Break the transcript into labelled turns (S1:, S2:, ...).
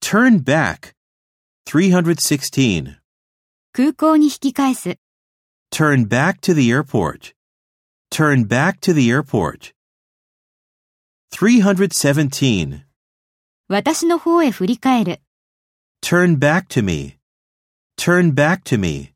S1: Turn back. 316.
S2: 空港に引き返す。
S1: Turn back to the airport. Turn back to the airport. 317.
S2: 私の方へ振り返る。
S1: Turn back to me. Turn back to me.